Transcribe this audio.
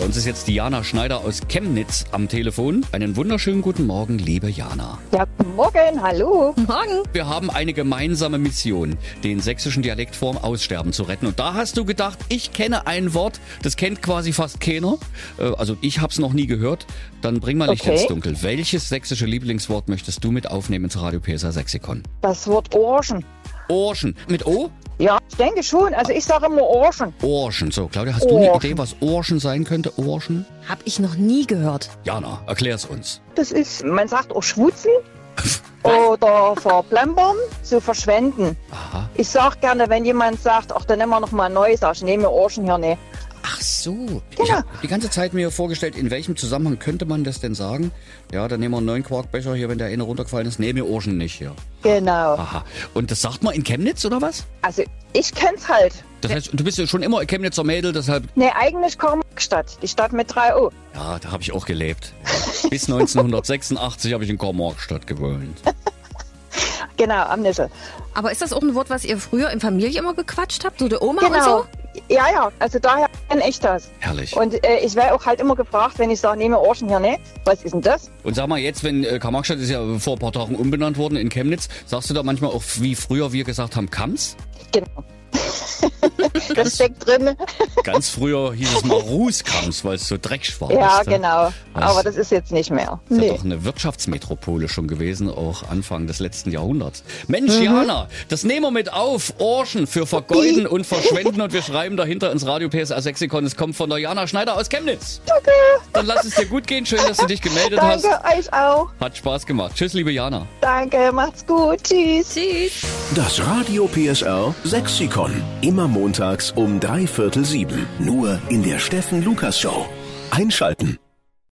Bei uns ist jetzt Diana Schneider aus Chemnitz am Telefon. Einen wunderschönen guten Morgen, liebe Jana. Ja, guten Morgen, hallo. Morgen. Wir haben eine gemeinsame Mission, den sächsischen Dialekt vorm Aussterben zu retten. Und da hast du gedacht, ich kenne ein Wort, das kennt quasi fast keiner. Äh, Also ich hab's noch nie gehört. Dann bring mal Licht Okay. ins Dunkel. Welches sächsische Lieblingswort möchtest du mit aufnehmen ins Radio PSR Sexikon? Das Wort Orschen. Orschen. Mit O? Ja, ich denke schon. Also ich sage immer Orschen. Orschen. So, Claudia, hast du eine Orschen. Idee, was Orschen sein könnte? Orschen? Hab ich noch nie gehört. Jana, erklär's uns. Das ist, man sagt auch schwutzen oder verplempern, so verschwenden. Aha. Ich sag gerne, wenn jemand sagt, ach, dann nehmen wir noch mal neu, sag ich, nehme Orschen hier, ne. nee. Ach so. Ich habe die ganze Zeit mir vorgestellt, in welchem Zusammenhang könnte man das denn sagen? Ja, dann nehmen wir einen neuen Quarkbecher hier, wenn der eine runtergefallen ist. Nee, mir Orschen nicht hier. Genau. Aha. Und das sagt man in Chemnitz oder was? Also ich kenn's halt. Das heißt, du bist ja schon immer Chemnitzer Mädel, deshalb. Nee, eigentlich Kormarkstadt, die Stadt mit 3 O. Ja, da habe ich auch gelebt. Bis 1986 habe ich in Kormarkstadt gewohnt. Genau, am Nissel. Aber ist das auch ein Wort, was ihr früher in Familie immer gequatscht habt? So der Oma und Genau. so? Ja, ja, also daher kenn ich das. Herrlich. Und, Und äh, ich werde auch halt immer gefragt, wenn ich sage, nehme Orschen hier, nee, was ist denn das? sag mal, jetzt, wenn äh, Karl-Marx-Stadt ist ja vor ein paar Tagen umbenannt worden in Chemnitz, sagst du da manchmal auch, wie früher wir gesagt haben, Kams? Genau. das steckt drin. Ganz früher hieß es mal Rußkams, weil es so dreckig war. Ja, weißt du? genau. Was? Aber das ist jetzt nicht mehr. Ist ja Nee. doch eine Wirtschaftsmetropole schon gewesen, auch Anfang des letzten Jahrhunderts. Mensch, Mhm. Jana, das nehmen wir mit auf. Orschen für Vergeuden und Verschwenden und wir schreiben dahinter ins Radio PSA Sexikon. Es kommt von der Jana Schneider aus Chemnitz. Danke. Dann lass es dir gut gehen. Schön, dass du dich gemeldet hast. Danke euch auch. Hat Spaß gemacht. Tschüss, liebe Jana. Danke, macht's gut. Tschüss. Tschüss. Das Radio PSR Sexikon. Immer montags um drei Viertel sieben. Nur in der Steffen Lukas Show. Einschalten.